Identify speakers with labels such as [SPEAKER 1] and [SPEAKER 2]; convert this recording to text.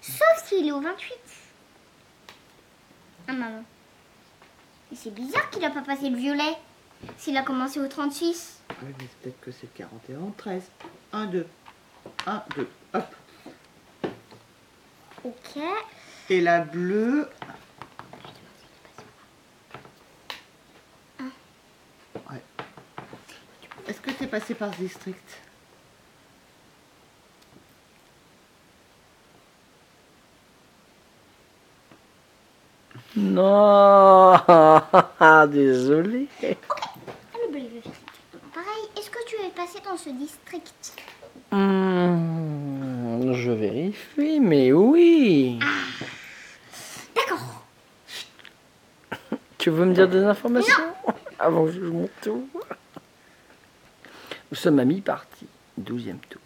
[SPEAKER 1] Sauf s'il est au 28. Ah maman. Mais c'est bizarre qu'il a pas passé le violet. S'il a commencé au 36.
[SPEAKER 2] Oui, mais c'est peut-être que c'est le 41, 13. 1, 2. 1, 2. Hop.
[SPEAKER 1] Ok. Ah,
[SPEAKER 2] Et la bleue. Ouais. Est-ce que t'es passé par ce district
[SPEAKER 3] Non, désolé.
[SPEAKER 1] Ah, le bleu, il veut faire exactement Pareil, est-ce que tu es passé dans ce district
[SPEAKER 3] Hmm, je vérifie, mais oui.
[SPEAKER 1] D'accord.
[SPEAKER 3] Tu veux me dire des informations avant que je monte tout Nous sommes à mi-partie, douzième tour.